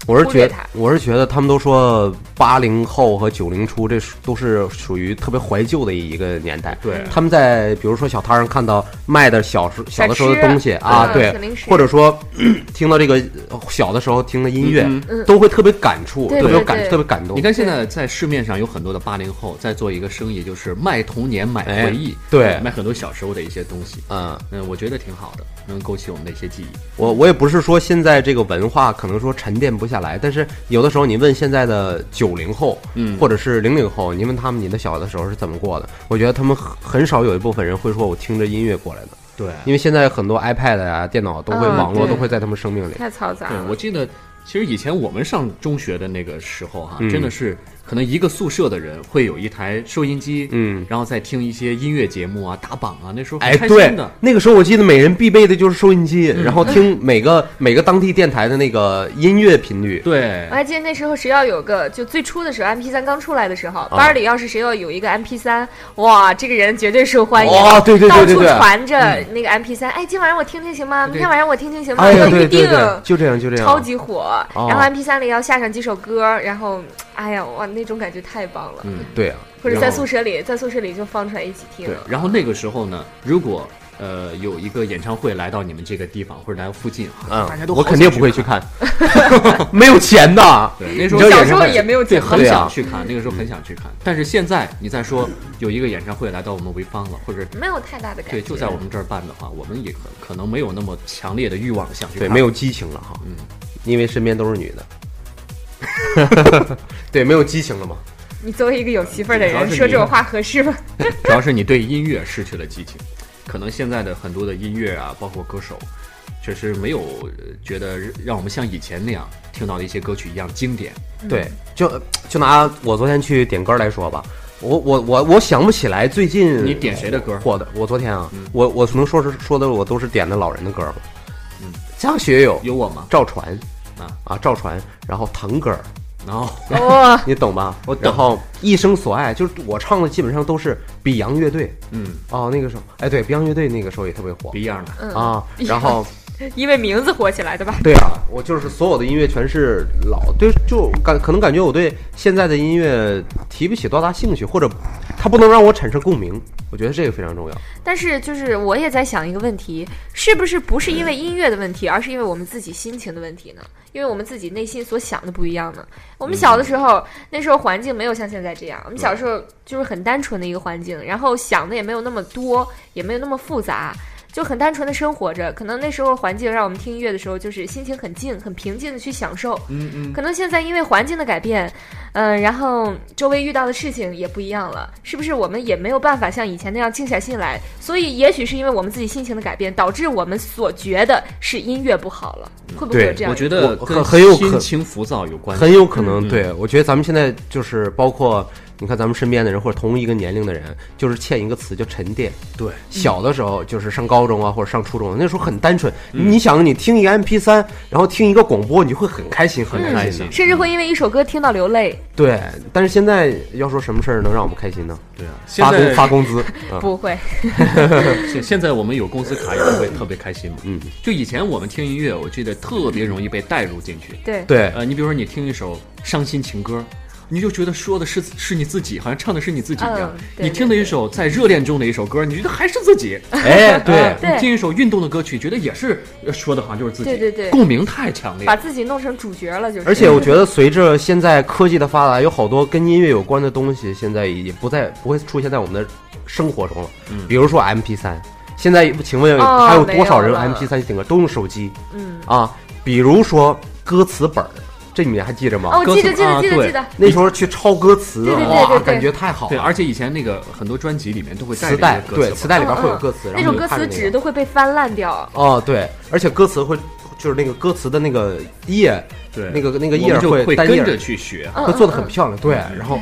Speaker 4: 我是
Speaker 3: 忽
Speaker 4: 觉
Speaker 3: 略
Speaker 4: 得
Speaker 3: 他，
Speaker 4: 我是觉得他们都说八零后和九零初这属都是属于特别怀旧的一个年代。
Speaker 2: 对
Speaker 4: 他们在比如说小摊上看到卖的小时小的时候的东西
Speaker 3: 小吃
Speaker 4: 啊，
Speaker 3: 嗯
Speaker 4: 对
Speaker 3: 小零，食
Speaker 4: 或者说 咳听到这个呃小的时候听的音乐
Speaker 2: 嗯，
Speaker 3: 嗯
Speaker 4: 都会特别感触，
Speaker 3: 对
Speaker 4: 特别
Speaker 3: 对
Speaker 4: 感
Speaker 3: 对
Speaker 4: 特别感动
Speaker 2: 你。看现在在市面上有很多的八零后在做一个生意，就是卖童年，买
Speaker 4: 哎
Speaker 2: 回忆，
Speaker 4: 对
Speaker 2: 卖很多小时候的一些东西。
Speaker 4: 嗯，
Speaker 2: 嗯，我觉得挺好的，能勾起我们的一些记忆。
Speaker 4: 我我也不是说现在这个文化可能说沉淀不下来，但是有的时候你问现在的九零后，
Speaker 2: 嗯
Speaker 4: 或者是零零后，你问他们你的小的时候是怎么过的，我觉得他们很很少有一部分人会说我听着音乐过来的，
Speaker 2: 对
Speaker 4: 因为现在很多 iPad 啊、电脑都会、
Speaker 3: 嗯
Speaker 4: 网络
Speaker 3: 对
Speaker 4: 都会在他们生命里。
Speaker 3: 太嘈杂
Speaker 2: 对，
Speaker 3: 了。
Speaker 2: 我记得，其实以前我们上中学的那个时候哈、
Speaker 4: 嗯
Speaker 2: 真的是可能一个宿舍的人会有一台收音机，
Speaker 4: 嗯
Speaker 2: 然后再听一些音乐节目啊、打榜啊，那时候很
Speaker 4: 哎，
Speaker 2: 开
Speaker 4: 对
Speaker 2: 心的。，
Speaker 4: 那个时候我记得每人必备的就是收音机，
Speaker 2: 嗯
Speaker 4: 然后听每个每个当地电台的那个音乐频率。
Speaker 2: 对
Speaker 3: 我，
Speaker 4: 哎
Speaker 3: 还记得那时候谁要有个，就最初的时候，MP 三刚出来的时候，
Speaker 4: 啊
Speaker 3: 班里要是谁要有一个 MP 三，哇，这个人绝对受欢迎。
Speaker 4: 哇、哦对对对对对嗯
Speaker 3: 到处，传着那个 MP 三，哎，今晚上我听听行吗？明天晚上我听听行吗？
Speaker 4: 哎呀，
Speaker 3: 都
Speaker 4: 对
Speaker 3: 一
Speaker 4: 对
Speaker 3: 定啊
Speaker 4: 对，就这样就这样，
Speaker 3: 超级火。
Speaker 4: 哦
Speaker 3: 然后 MP 三里要下上几首歌，然后，哎呀，哇，那种感觉太棒了。
Speaker 2: 嗯，
Speaker 4: 对啊，
Speaker 3: 或者
Speaker 4: 然
Speaker 3: 在
Speaker 4: 后
Speaker 3: 宿舍里，在宿舍里就放出来一起听
Speaker 2: 对。。然后那个时候呢，如果呃有一个演唱会来到你们这个地方或者来附近，啊好像
Speaker 4: 嗯
Speaker 2: 大家都，
Speaker 4: 我
Speaker 2: 好
Speaker 4: 肯
Speaker 2: 想
Speaker 4: 定不会去看， 没有钱的。
Speaker 2: 对，那时
Speaker 4: 你
Speaker 2: 候想
Speaker 4: 知道
Speaker 3: 小
Speaker 4: 演
Speaker 3: 时
Speaker 4: 唱
Speaker 3: 候
Speaker 4: 会
Speaker 3: 也没有
Speaker 2: 对，
Speaker 3: 见过
Speaker 2: 很
Speaker 4: 对啊
Speaker 2: 想去看，那个时候很想去看。但是现在你再说有一个演唱会来到我们潍坊了，或者
Speaker 3: 没有太大的感觉。
Speaker 2: 对就在我们这儿办的话，我们也可可能没有那么强烈的欲望想去
Speaker 4: 对，
Speaker 2: 看。
Speaker 4: 没有激情了哈，
Speaker 2: 嗯，
Speaker 4: 因为身边都是女的， 对，没有激情了嘛，
Speaker 3: 你作为一个有媳妇儿的
Speaker 2: 主要
Speaker 3: 人，
Speaker 2: 是
Speaker 3: 说
Speaker 2: 你
Speaker 3: 这种话合适吗？
Speaker 2: 主要是你对音乐失去了激情。可能现在的很多的音乐啊，包括歌手，确实没有呃觉得让我们像以前那样听到的一些歌曲一样经典。
Speaker 4: 对，就就拿我昨天去点歌来说吧，我我我我想不起来最近
Speaker 2: 你点谁的歌
Speaker 4: 火的，我昨天啊，我我能说是说的我都是点的老人的歌吗？嗯，张学友、
Speaker 2: 有我吗？
Speaker 4: 赵传
Speaker 2: 啊
Speaker 4: 啊，赵传，然后腾格尔，
Speaker 2: 然后
Speaker 3: 哦，
Speaker 4: 你懂吧？我
Speaker 2: 懂
Speaker 4: 然后一生所爱，就是我唱的基本上都是比洋乐队
Speaker 2: 嗯
Speaker 4: 哦，那个时候，哎，对，比洋乐队那个时候也特别火
Speaker 2: ，Beyond 了
Speaker 3: 嗯，
Speaker 4: 啊，然后。
Speaker 3: 因为名字火起来的吧？
Speaker 4: 对啊，我就是所有的音乐全是老，对，就感可能感觉我对现在的音乐提不起多大兴趣，或者它不能让我产生共鸣，我觉得这个非常重要。
Speaker 3: 但是就是我也在想一个问题，是不是不是因为音乐的问题，而是因为我们自己心情的问题呢？因为我们自己内心所想的不一样呢。我们小的时
Speaker 2: 嗯
Speaker 3: 候，那时候环境没有像现在这样，我们小时候就是很单纯的一个环境，然后想的也没有那么多，也没有那么复杂。就很单纯的生活着，可能那时候环境让我们听音乐的时候，就是心情很静、很平静的去享受。
Speaker 2: 嗯嗯，
Speaker 3: 可能现在因为环境的改变，嗯、然后周围遇到的事情也不一样了，是不是我们也没有办法像以前那样静下心来？所以，也许是因为我们自己心情的改变，导致我们所觉得是音乐不好了，会不会有
Speaker 4: 对
Speaker 3: 这样？
Speaker 2: 我觉得
Speaker 4: 我
Speaker 2: 跟
Speaker 4: 很很有可
Speaker 2: 心情浮躁有关。
Speaker 4: 很有可
Speaker 2: 嗯
Speaker 4: 能，对我觉得咱们现在就是包括你看咱们身边的人或者同一个年龄的人，就是欠一个词叫沉淀。
Speaker 2: 对，
Speaker 4: 小的时候就是上高中啊或者上初中，那时候很单纯，你想你听一个 MP 三，然后听一个广播，你会很开心，很
Speaker 2: 很开
Speaker 4: 开心
Speaker 2: 心
Speaker 4: 的。。
Speaker 3: 嗯甚至会因为一首歌听到流泪，
Speaker 4: 对，但是现在要说什么事儿能让我们开心呢？
Speaker 2: 对啊，现
Speaker 4: 发工
Speaker 2: 在
Speaker 4: 发工 资，啊
Speaker 3: 不会。
Speaker 2: 现现在我们有公司卡也会特别开心嘛。
Speaker 4: 嗯，
Speaker 2: 就以前我们听音乐，我记得特别容易被带入进去。
Speaker 3: 对，
Speaker 4: 对，
Speaker 2: 呃，你比如说你听一首伤心情歌，你就觉得说的是是你自己，好像唱的是你自己一样。
Speaker 3: 嗯对
Speaker 2: 你听了一首在热恋中的一首歌，你觉得还是自 己。
Speaker 4: 哎，对
Speaker 2: 啊。你听一首运动的歌曲，觉得也是呃说的好像就是自己。
Speaker 3: 对对对
Speaker 2: 共鸣太强烈
Speaker 3: 把
Speaker 2: 了。
Speaker 3: 自己弄成主角了，就是。
Speaker 4: 而且我觉得，随着现在科技的发达，有好多跟音乐有关的东西，现在也不再不会出现在我们的生活中了。
Speaker 2: 嗯
Speaker 4: 比如说 M P 三，现在请问
Speaker 3: 哦
Speaker 4: 还有多少人
Speaker 3: 没有
Speaker 4: M
Speaker 3: 了
Speaker 4: P 三听歌都用手机
Speaker 3: 嗯，
Speaker 4: 啊？比如说歌词本儿，这你们还记着
Speaker 3: 哦，
Speaker 4: 吗？
Speaker 3: 我记得，
Speaker 2: 歌词
Speaker 3: 记得，
Speaker 2: 啊
Speaker 3: 记得，
Speaker 2: 对
Speaker 3: 记得。
Speaker 4: 那时候去抄歌词，
Speaker 3: 对对对对
Speaker 4: 哇，
Speaker 3: 对
Speaker 4: 感觉太好
Speaker 2: 对，
Speaker 4: 了。
Speaker 2: 而且以前那个很多专辑里面都会带
Speaker 4: 磁带
Speaker 2: 着一个歌
Speaker 4: 对，
Speaker 2: 词
Speaker 4: 磁
Speaker 2: 嘛
Speaker 4: 带里边
Speaker 3: 嗯
Speaker 4: 会有
Speaker 3: 嗯
Speaker 4: 歌词，然
Speaker 3: 那
Speaker 4: 后
Speaker 3: 种
Speaker 4: 你
Speaker 3: 歌
Speaker 4: 看着
Speaker 3: 词
Speaker 4: 那个
Speaker 3: 纸都会被翻烂掉，
Speaker 4: 哦，对，而且歌词会就是那个歌词的那个页
Speaker 2: 对
Speaker 4: 那个那个
Speaker 2: 我
Speaker 4: 页
Speaker 2: 们
Speaker 4: 儿
Speaker 2: 就
Speaker 4: 会单页
Speaker 2: 跟
Speaker 4: 儿啊
Speaker 2: 着去学。
Speaker 3: 嗯
Speaker 4: 他做的
Speaker 3: 嗯
Speaker 4: 很
Speaker 3: 嗯嗯
Speaker 4: 漂亮，对，然后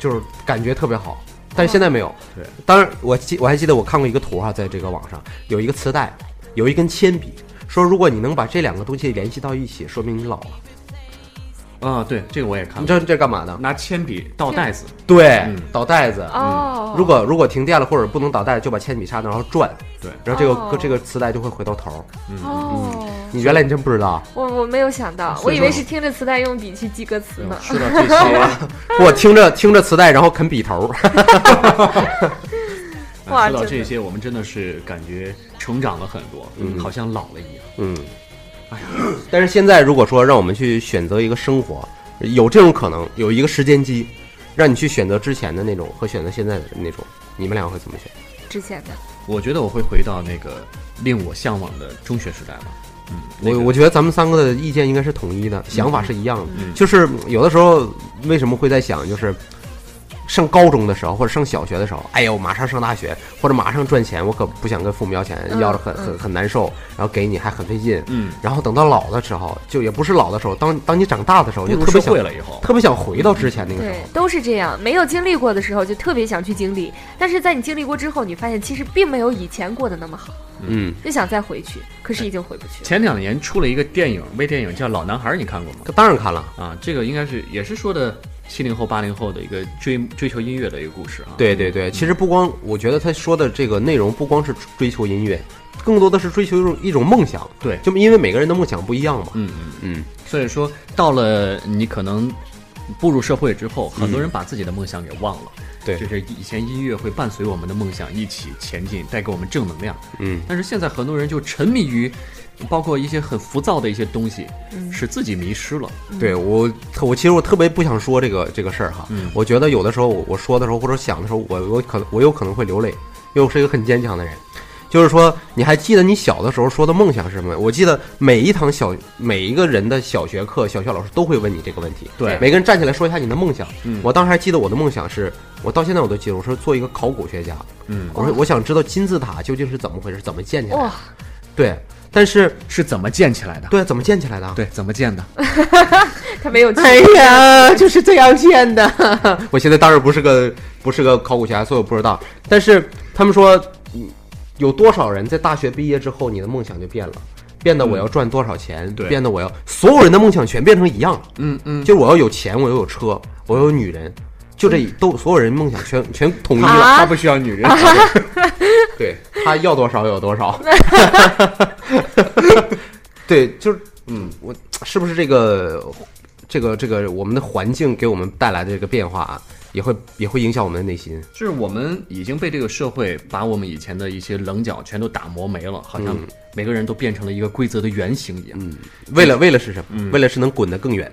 Speaker 4: 就是感觉特别好，但是现在没有。
Speaker 2: 对，
Speaker 4: 当然我记我还记得我看过一个图哈、在这个网上有一个磁带，有一根铅笔，说如果你能把这两个东西联系到一起，说明你老了。
Speaker 2: 嗯啊，对，这个我也看过。
Speaker 4: 你知道这干嘛呢？
Speaker 2: 拿铅笔倒带 子，
Speaker 4: 对
Speaker 2: 嗯，
Speaker 4: 倒带子。
Speaker 3: 哦。
Speaker 4: 如果如果停电了或者不能倒带子，就把铅笔插那儿然后转，
Speaker 2: 对，
Speaker 4: 然后这个、
Speaker 3: 哦
Speaker 4: 这个磁带就会回到头儿。
Speaker 3: 哦，
Speaker 4: 你原来你真不知道，
Speaker 3: 我我没有想到，我
Speaker 2: 所以
Speaker 3: 以为
Speaker 2: 说
Speaker 3: 是听着磁带用笔去记歌词呢。
Speaker 2: 说到这些，
Speaker 4: 我听着听着磁带，然后啃笔头儿。
Speaker 2: 啊
Speaker 3: 哇
Speaker 2: 说到
Speaker 3: 真
Speaker 2: 这
Speaker 3: 的
Speaker 2: 些，我们真的是感觉成长了很多，好像老了一样。
Speaker 4: 嗯，哎呀，但是现在如果说让我们去选择一个生活，有这种可能，有一个时间机，让你去选择之前的那种和选择现在的那种，你们俩会怎么选？
Speaker 3: 之前的，
Speaker 2: 我觉得我会回到那个令我向往的中学时代吧。嗯，那个
Speaker 4: 我我觉得咱们三个的意见应该是统一的，想法是一样的。
Speaker 2: 嗯
Speaker 4: 就是有的时候为什么会在想，就是上高中的时候或者上小学的时候，哎呦，马上上大学或者马上赚钱，我可不想跟父母要钱，
Speaker 3: 嗯
Speaker 4: 要的很
Speaker 3: 嗯
Speaker 4: 很很难受，然后给你还很费劲。
Speaker 2: 嗯，
Speaker 4: 然后等到老的时候，就也不是老的时候，当当你长大的时候，
Speaker 2: 步
Speaker 4: 就
Speaker 2: 入
Speaker 4: 特别
Speaker 2: 社
Speaker 4: 想
Speaker 2: 会了以后，
Speaker 4: 特别想回到之前那个时
Speaker 3: 对
Speaker 4: 候。，
Speaker 3: 都是这样。没有经历过的时候，就特别想去经历，但是在你经历过之后，你发现其实并没有以前过得那么好，
Speaker 4: 嗯，
Speaker 3: 就想再回去，可是已经回不去了。
Speaker 2: 前两年出了一个电影，微电影叫《老男孩》，你看过吗？
Speaker 4: 当然看了。
Speaker 2: 啊，这个应该是也是说的七零后、八零后的一个追追求音乐的一个故事啊。
Speaker 4: 对对对，其实不光我觉得他说的这个内容不光是追求音乐，更多的是追求一种一种梦想。
Speaker 2: 对
Speaker 4: 就因为每个人的梦想不一样嘛。
Speaker 2: 嗯嗯，
Speaker 4: 嗯，
Speaker 2: 所以说到了你可能步入社会之后，很多人把自己的梦想给忘了。
Speaker 4: 嗯对
Speaker 2: 就是以前音乐会伴随我们的梦想一起前进，带给我们正能量。
Speaker 4: 嗯，
Speaker 2: 但是现在很多人就沉迷于，包括一些很浮躁的一些东西，
Speaker 4: 嗯
Speaker 2: 使自己迷失了。
Speaker 4: 对我，我其实我特别不想说这个这个事儿哈。
Speaker 2: 嗯
Speaker 4: 我觉得有的时候我我说的时候或者想的时候，我我可能我有可能会流泪，因为我是一个很坚强的人。就是说，你还记得你小的时候说的梦想是什么？我记得每一堂小每一个人的小学课，小学老师都会问你这个问题。
Speaker 2: 对
Speaker 4: 每个人站起来说一下你的梦想。
Speaker 2: 嗯
Speaker 4: 我当时还记得我的梦想是，我到现在我都记得，我说做一个考古学家。
Speaker 2: 嗯，
Speaker 4: 我说我想知道金字塔究竟是怎么回事，怎么建起来的
Speaker 3: 哇。，
Speaker 4: 对，但是
Speaker 2: 是怎么建起来的？
Speaker 4: 对怎么建起来的啊？
Speaker 2: 对，怎么建的？
Speaker 3: 他没有去。
Speaker 4: 哎呀，就是这样建的。 我现在当然不是个不是个考古学家，所以我不知道。但是他们说，嗯有多少人在大学毕业之后，你的梦想就变了，变得我要赚多少钱，
Speaker 2: 对
Speaker 4: 变得我要所有人的梦想全变成一样了，
Speaker 2: 嗯嗯，
Speaker 4: 就是我要有钱，我要有车，我要有女人，就这都所有人梦想全全统一了。
Speaker 3: 啊
Speaker 2: 他不需要女人。
Speaker 4: 对他要多少有多少。对，就是嗯，我是不是这个这个这个我们的环境给我们带来的这个变化啊，也会也会影响我们的内心。
Speaker 2: 就是我们已经被这个社会把我们以前的一些棱角全都打磨没了，好像每个人都变成了一个规则的原型一样，
Speaker 4: 为了为了是什么？为了是能滚得更远，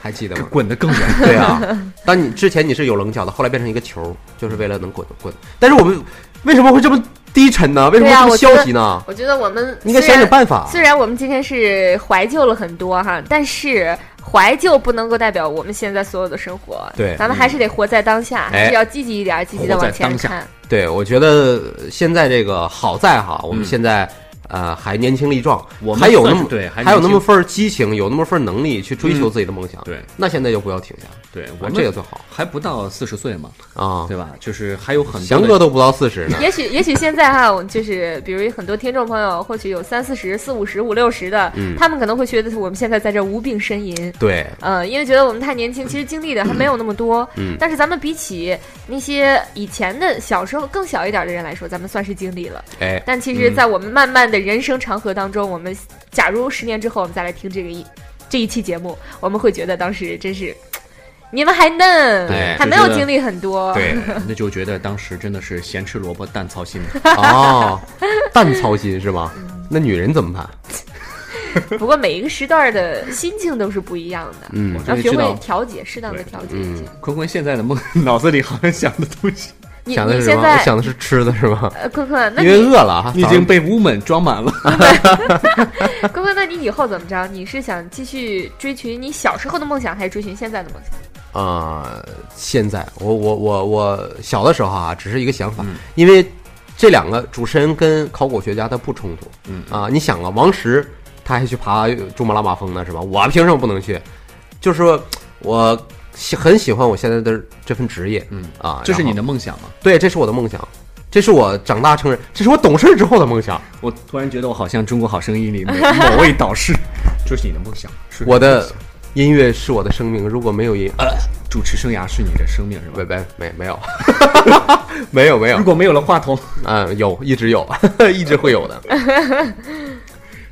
Speaker 4: 还记得吗？
Speaker 2: 滚得更远。
Speaker 4: 对啊，当你之前你是有棱角的，后来变成一个球，就是为了能滚滚。但是我们为什么会这么低沉呢？为什么
Speaker 3: 对啊
Speaker 4: 会
Speaker 3: 我
Speaker 4: 这
Speaker 3: 觉
Speaker 4: 么
Speaker 3: 得
Speaker 4: 消极呢？
Speaker 3: 我觉得我们
Speaker 4: 你应该想
Speaker 3: 虽
Speaker 4: 想
Speaker 3: 然
Speaker 4: 办法。啊
Speaker 3: 虽然我们今天是怀旧了很多哈，但是怀旧不能够代表我们现在所有的生活。
Speaker 4: 对
Speaker 3: 咱们还是得活在当下，还是要积极一点，积极的往前
Speaker 2: 活在当
Speaker 3: 看。
Speaker 4: 对，我觉得现在这个好在哈，我们
Speaker 2: 嗯
Speaker 4: 现在、呃还年轻力壮，
Speaker 2: 我们
Speaker 4: 还有那
Speaker 2: 算是
Speaker 4: 么
Speaker 2: 对还
Speaker 4: 还有
Speaker 2: 年
Speaker 4: 那
Speaker 2: 轻
Speaker 4: 么份儿激情，有那么份儿能力去追求
Speaker 2: 嗯
Speaker 4: 自己的梦想。
Speaker 2: 对
Speaker 4: 那现在就不要停下，
Speaker 2: 对，我
Speaker 4: 我
Speaker 2: 们
Speaker 4: 这个最好
Speaker 2: 还不到四十岁嘛，
Speaker 4: 啊。
Speaker 2: 对吧？就是还有很
Speaker 4: 翔
Speaker 2: 多
Speaker 4: 哥
Speaker 2: 的
Speaker 4: 都不到四十呢，
Speaker 3: 也许也许现在哈，我就是比如很多听众朋友，或许有三四十、四五十、五六十的，
Speaker 4: 嗯
Speaker 3: 他们可能会觉得我们现在在这无病呻吟。
Speaker 4: 对，
Speaker 3: 呃，因为觉得我们太年轻，其实经历的还没有那么多。
Speaker 4: 嗯
Speaker 3: 但是咱们比起那些以前的小时候更小一点的人来说，咱们算是经历了。
Speaker 4: 哎，
Speaker 3: 但其实，
Speaker 2: 嗯
Speaker 3: 在我们漫漫的人生长河当中，我们假如十年之后我们再来听这个一这一期节目，我们会觉得当时真是你们还嫩
Speaker 4: 对，
Speaker 3: 还没
Speaker 2: 就
Speaker 3: 有
Speaker 2: 觉得
Speaker 3: 经历很多。
Speaker 4: 对
Speaker 2: 那就觉得当时真的是咸吃萝卜淡操心。
Speaker 4: 哦，淡操心是
Speaker 3: 嗯
Speaker 4: 吧？那女人怎么办？
Speaker 3: 不过每一个时段的心境都是不一样的，
Speaker 4: 嗯
Speaker 2: 我，
Speaker 3: 要
Speaker 2: 终于
Speaker 3: 学
Speaker 2: 知
Speaker 3: 会
Speaker 2: 道
Speaker 3: 调节，适当的调节一下。
Speaker 2: 坤坤现在的梦，脑子里好像想的东西
Speaker 3: 你
Speaker 4: 想的
Speaker 3: 你
Speaker 4: 是什
Speaker 3: 现
Speaker 4: 么？我
Speaker 3: 在
Speaker 4: 想的是吃的是吧？
Speaker 3: 呃，坤坤，那
Speaker 4: 因为
Speaker 3: 你
Speaker 4: 饿了啊哈，
Speaker 2: 已
Speaker 4: 早
Speaker 2: 经
Speaker 4: 上
Speaker 2: 被污门装满了。
Speaker 3: 坤坤，那你以后怎么着？你是想继续追寻你小时候的梦想，还是追寻现在的梦想？
Speaker 4: 啊、现在我我我我小的时候啊，只是一个想法，
Speaker 2: 嗯
Speaker 4: 因为这两个主持人跟考古学家他不冲突，
Speaker 2: 嗯
Speaker 4: 啊、你想啊，王石他还去爬珠穆朗玛峰呢，是吧？我凭什么不能去？就是说我喜很喜欢我现在的这份职业，
Speaker 2: 嗯
Speaker 4: 啊，
Speaker 2: 这是你
Speaker 4: 然后
Speaker 2: 的梦想吗？
Speaker 4: 对，这是我的梦想，这是我长大成人，这是我懂事之后的梦想。
Speaker 2: 我突然觉得我好像《中国好声音》里某某位导师， 这是你的梦想。是你
Speaker 4: 我的
Speaker 2: 梦想
Speaker 4: 音乐是我的生命，如果没有音，
Speaker 2: 啊
Speaker 4: 呃，
Speaker 2: 主持生涯是你的生命，是吧
Speaker 4: 没？没没没有， 没有没有
Speaker 2: 如，果没有了话筒，
Speaker 4: 嗯，有一直有， 一直会有的。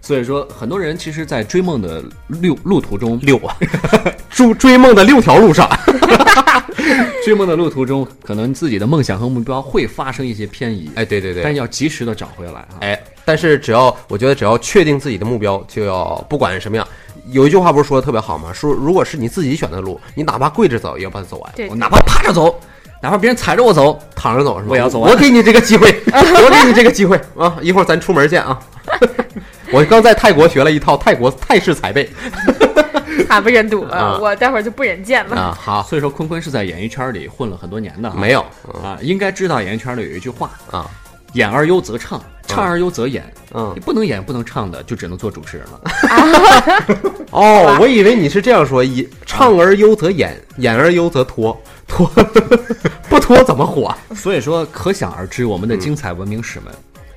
Speaker 2: 所以说很多人其实，在追梦的路路途中，
Speaker 4: 六啊， 追追梦的六条路上，
Speaker 2: 追梦的路途中，可能自己的梦想和目标会发生一些偏移，
Speaker 4: 哎，对对
Speaker 2: 但
Speaker 4: 对，
Speaker 2: 要及时的找回来啊。
Speaker 4: 哎，但是只要我觉得只要确定自己的目标，就要不管什么样。有一句话不是说的特别好吗？说如果是你自己选的路，你哪怕跪着走也要把它走完，
Speaker 3: 对
Speaker 2: 我，哪怕趴着走，哪怕别人踩着我走，
Speaker 4: 躺着走是吧？
Speaker 2: 我也要走完
Speaker 4: 我给你这个机 会，我给你这个机会 啊！一会儿咱出门见 啊！我刚在泰国学了一套泰国泰式踩背
Speaker 3: 惨不忍睹了
Speaker 4: 啊，
Speaker 3: 我待会儿就不忍见了。
Speaker 4: 啊，好，
Speaker 2: 所以说坤坤是在演艺圈里混了很多年的啊，
Speaker 4: 没有嗯
Speaker 2: 啊，应该知道演艺圈里有一句话，
Speaker 4: 啊，
Speaker 2: 演而优则唱，唱而优则演。
Speaker 4: 嗯
Speaker 2: 你，不能演不能唱的，就只能做主持人了。
Speaker 4: 哦，我以为你是这样说，
Speaker 3: 啊
Speaker 4: 以唱而优则演，演而优则脱，脱 不脱怎么火？嗯
Speaker 2: 所以说，可想而知，我们的精彩文明史们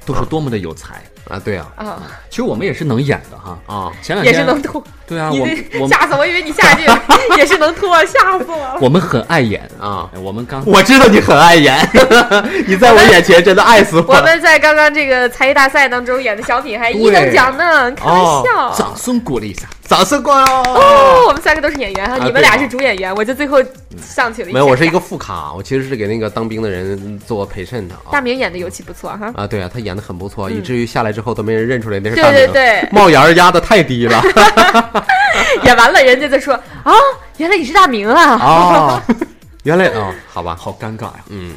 Speaker 2: 都是多么的有才。
Speaker 4: 啊，对啊，
Speaker 3: 啊，
Speaker 2: 其实我们也是能演的哈。
Speaker 4: 啊，
Speaker 2: 前两
Speaker 3: 也
Speaker 2: 天
Speaker 3: 是能吐。
Speaker 2: 对啊，
Speaker 3: 你
Speaker 2: 我
Speaker 3: 这
Speaker 2: 我
Speaker 3: 吓死我，以为你下一句也是能吐，吓死我了。
Speaker 2: 我们很爱演
Speaker 4: 啊
Speaker 2: 哎我们刚
Speaker 4: 我知道你很爱演， 你在我眼前真的爱死
Speaker 3: 我
Speaker 4: 我了。
Speaker 3: 们在刚刚这个才艺大赛当中演的小品还一等奖呢，开
Speaker 4: 哦
Speaker 3: 玩笑。
Speaker 4: 啊
Speaker 2: 掌声鼓励一下。
Speaker 4: 掌声过来！
Speaker 3: 哦，我们三个都是演员哈，你们
Speaker 4: 对啊
Speaker 3: 俩是主演员，我就最后上去了。
Speaker 4: 没有，我是一
Speaker 3: 个
Speaker 4: 个副卡，我其实是给那个当兵的人做陪衬的
Speaker 3: 大
Speaker 4: 啊。
Speaker 3: 明演的尤其不错哈。
Speaker 4: 啊，对啊，他演的很不错，以至于下来之后都没人认出来那
Speaker 3: 嗯
Speaker 4: 是
Speaker 3: 对
Speaker 4: 大
Speaker 3: 对
Speaker 4: 明。
Speaker 3: 对
Speaker 4: 帽檐儿压的太低了。
Speaker 3: 演完了，人家再说啊，原来你是大明啊。
Speaker 4: 哦，原来啊，好吧，
Speaker 2: 哦好尴尬呀、
Speaker 4: 嗯，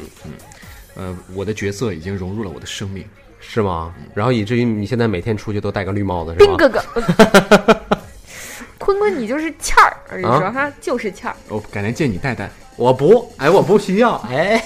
Speaker 2: 呃，我的角色已经融入了我的生命。
Speaker 4: 是吗？然后以至于你现在每天出去都戴个绿帽子，是
Speaker 3: 丁
Speaker 4: 吧？
Speaker 3: 哥哥， 坤坤你就是欠儿，我跟你
Speaker 4: 啊
Speaker 3: 说哈，就是欠儿。
Speaker 2: 哦，改天见你戴戴。
Speaker 4: 我不，哎，我不需要，哎，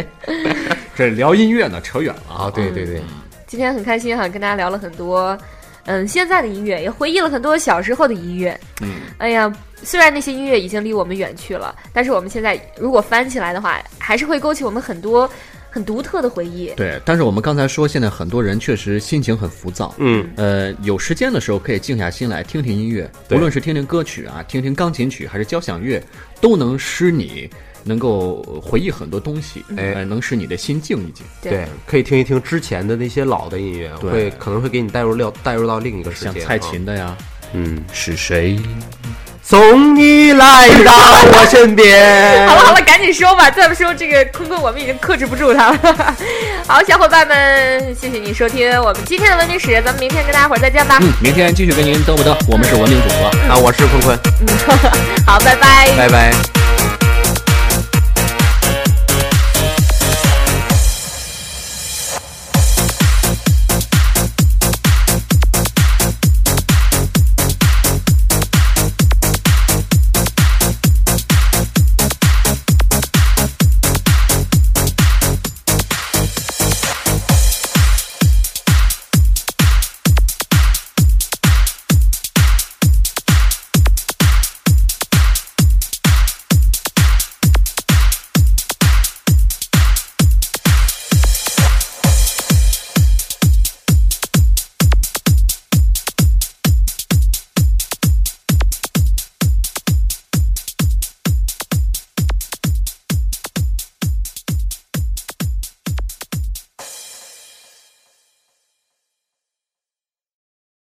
Speaker 2: 这聊音乐呢，扯远了
Speaker 4: 啊，对对对，
Speaker 3: 今天很开心哈，跟大家聊了很多，嗯，现在的音乐，也回忆了很多小时候的音乐。
Speaker 2: 嗯，
Speaker 3: 哎呀，虽然那些音乐已经离我们远去了，但是我们现在如果翻起来的话，还是会勾起我们很多很独特的回忆。
Speaker 2: 对，但是我们刚才说，现在很多人确实心情很浮躁。
Speaker 4: 嗯，
Speaker 2: 呃，有时间的时候可以静下心来听听音乐，无
Speaker 4: 对
Speaker 2: 论是听听歌曲啊，听听钢琴曲还是交响乐，都能使你能够回忆很多东西，
Speaker 4: 哎
Speaker 2: 呃，能使你的心静一静。
Speaker 4: 对，可以听一听之前的那些老的音乐，
Speaker 2: 对
Speaker 4: 会可能会给你带入料带入到另一个世
Speaker 2: 像
Speaker 4: 界。
Speaker 2: 蔡
Speaker 4: 啊，
Speaker 2: 琴的呀，
Speaker 4: 嗯，
Speaker 2: 是谁？
Speaker 4: 送你来到我身 边
Speaker 3: 好。了好了，赶紧说吧，再不说这个坤坤，我们已经克制不住他了。 好，小伙伴们，谢谢你收听我们今天的文明史，咱们明天跟大家伙儿再见吧。
Speaker 2: 嗯，明天继续跟您嘚不嘚？我们是文明主播。
Speaker 4: 啊，我是坤坤，
Speaker 3: 好，拜拜。
Speaker 4: 拜拜。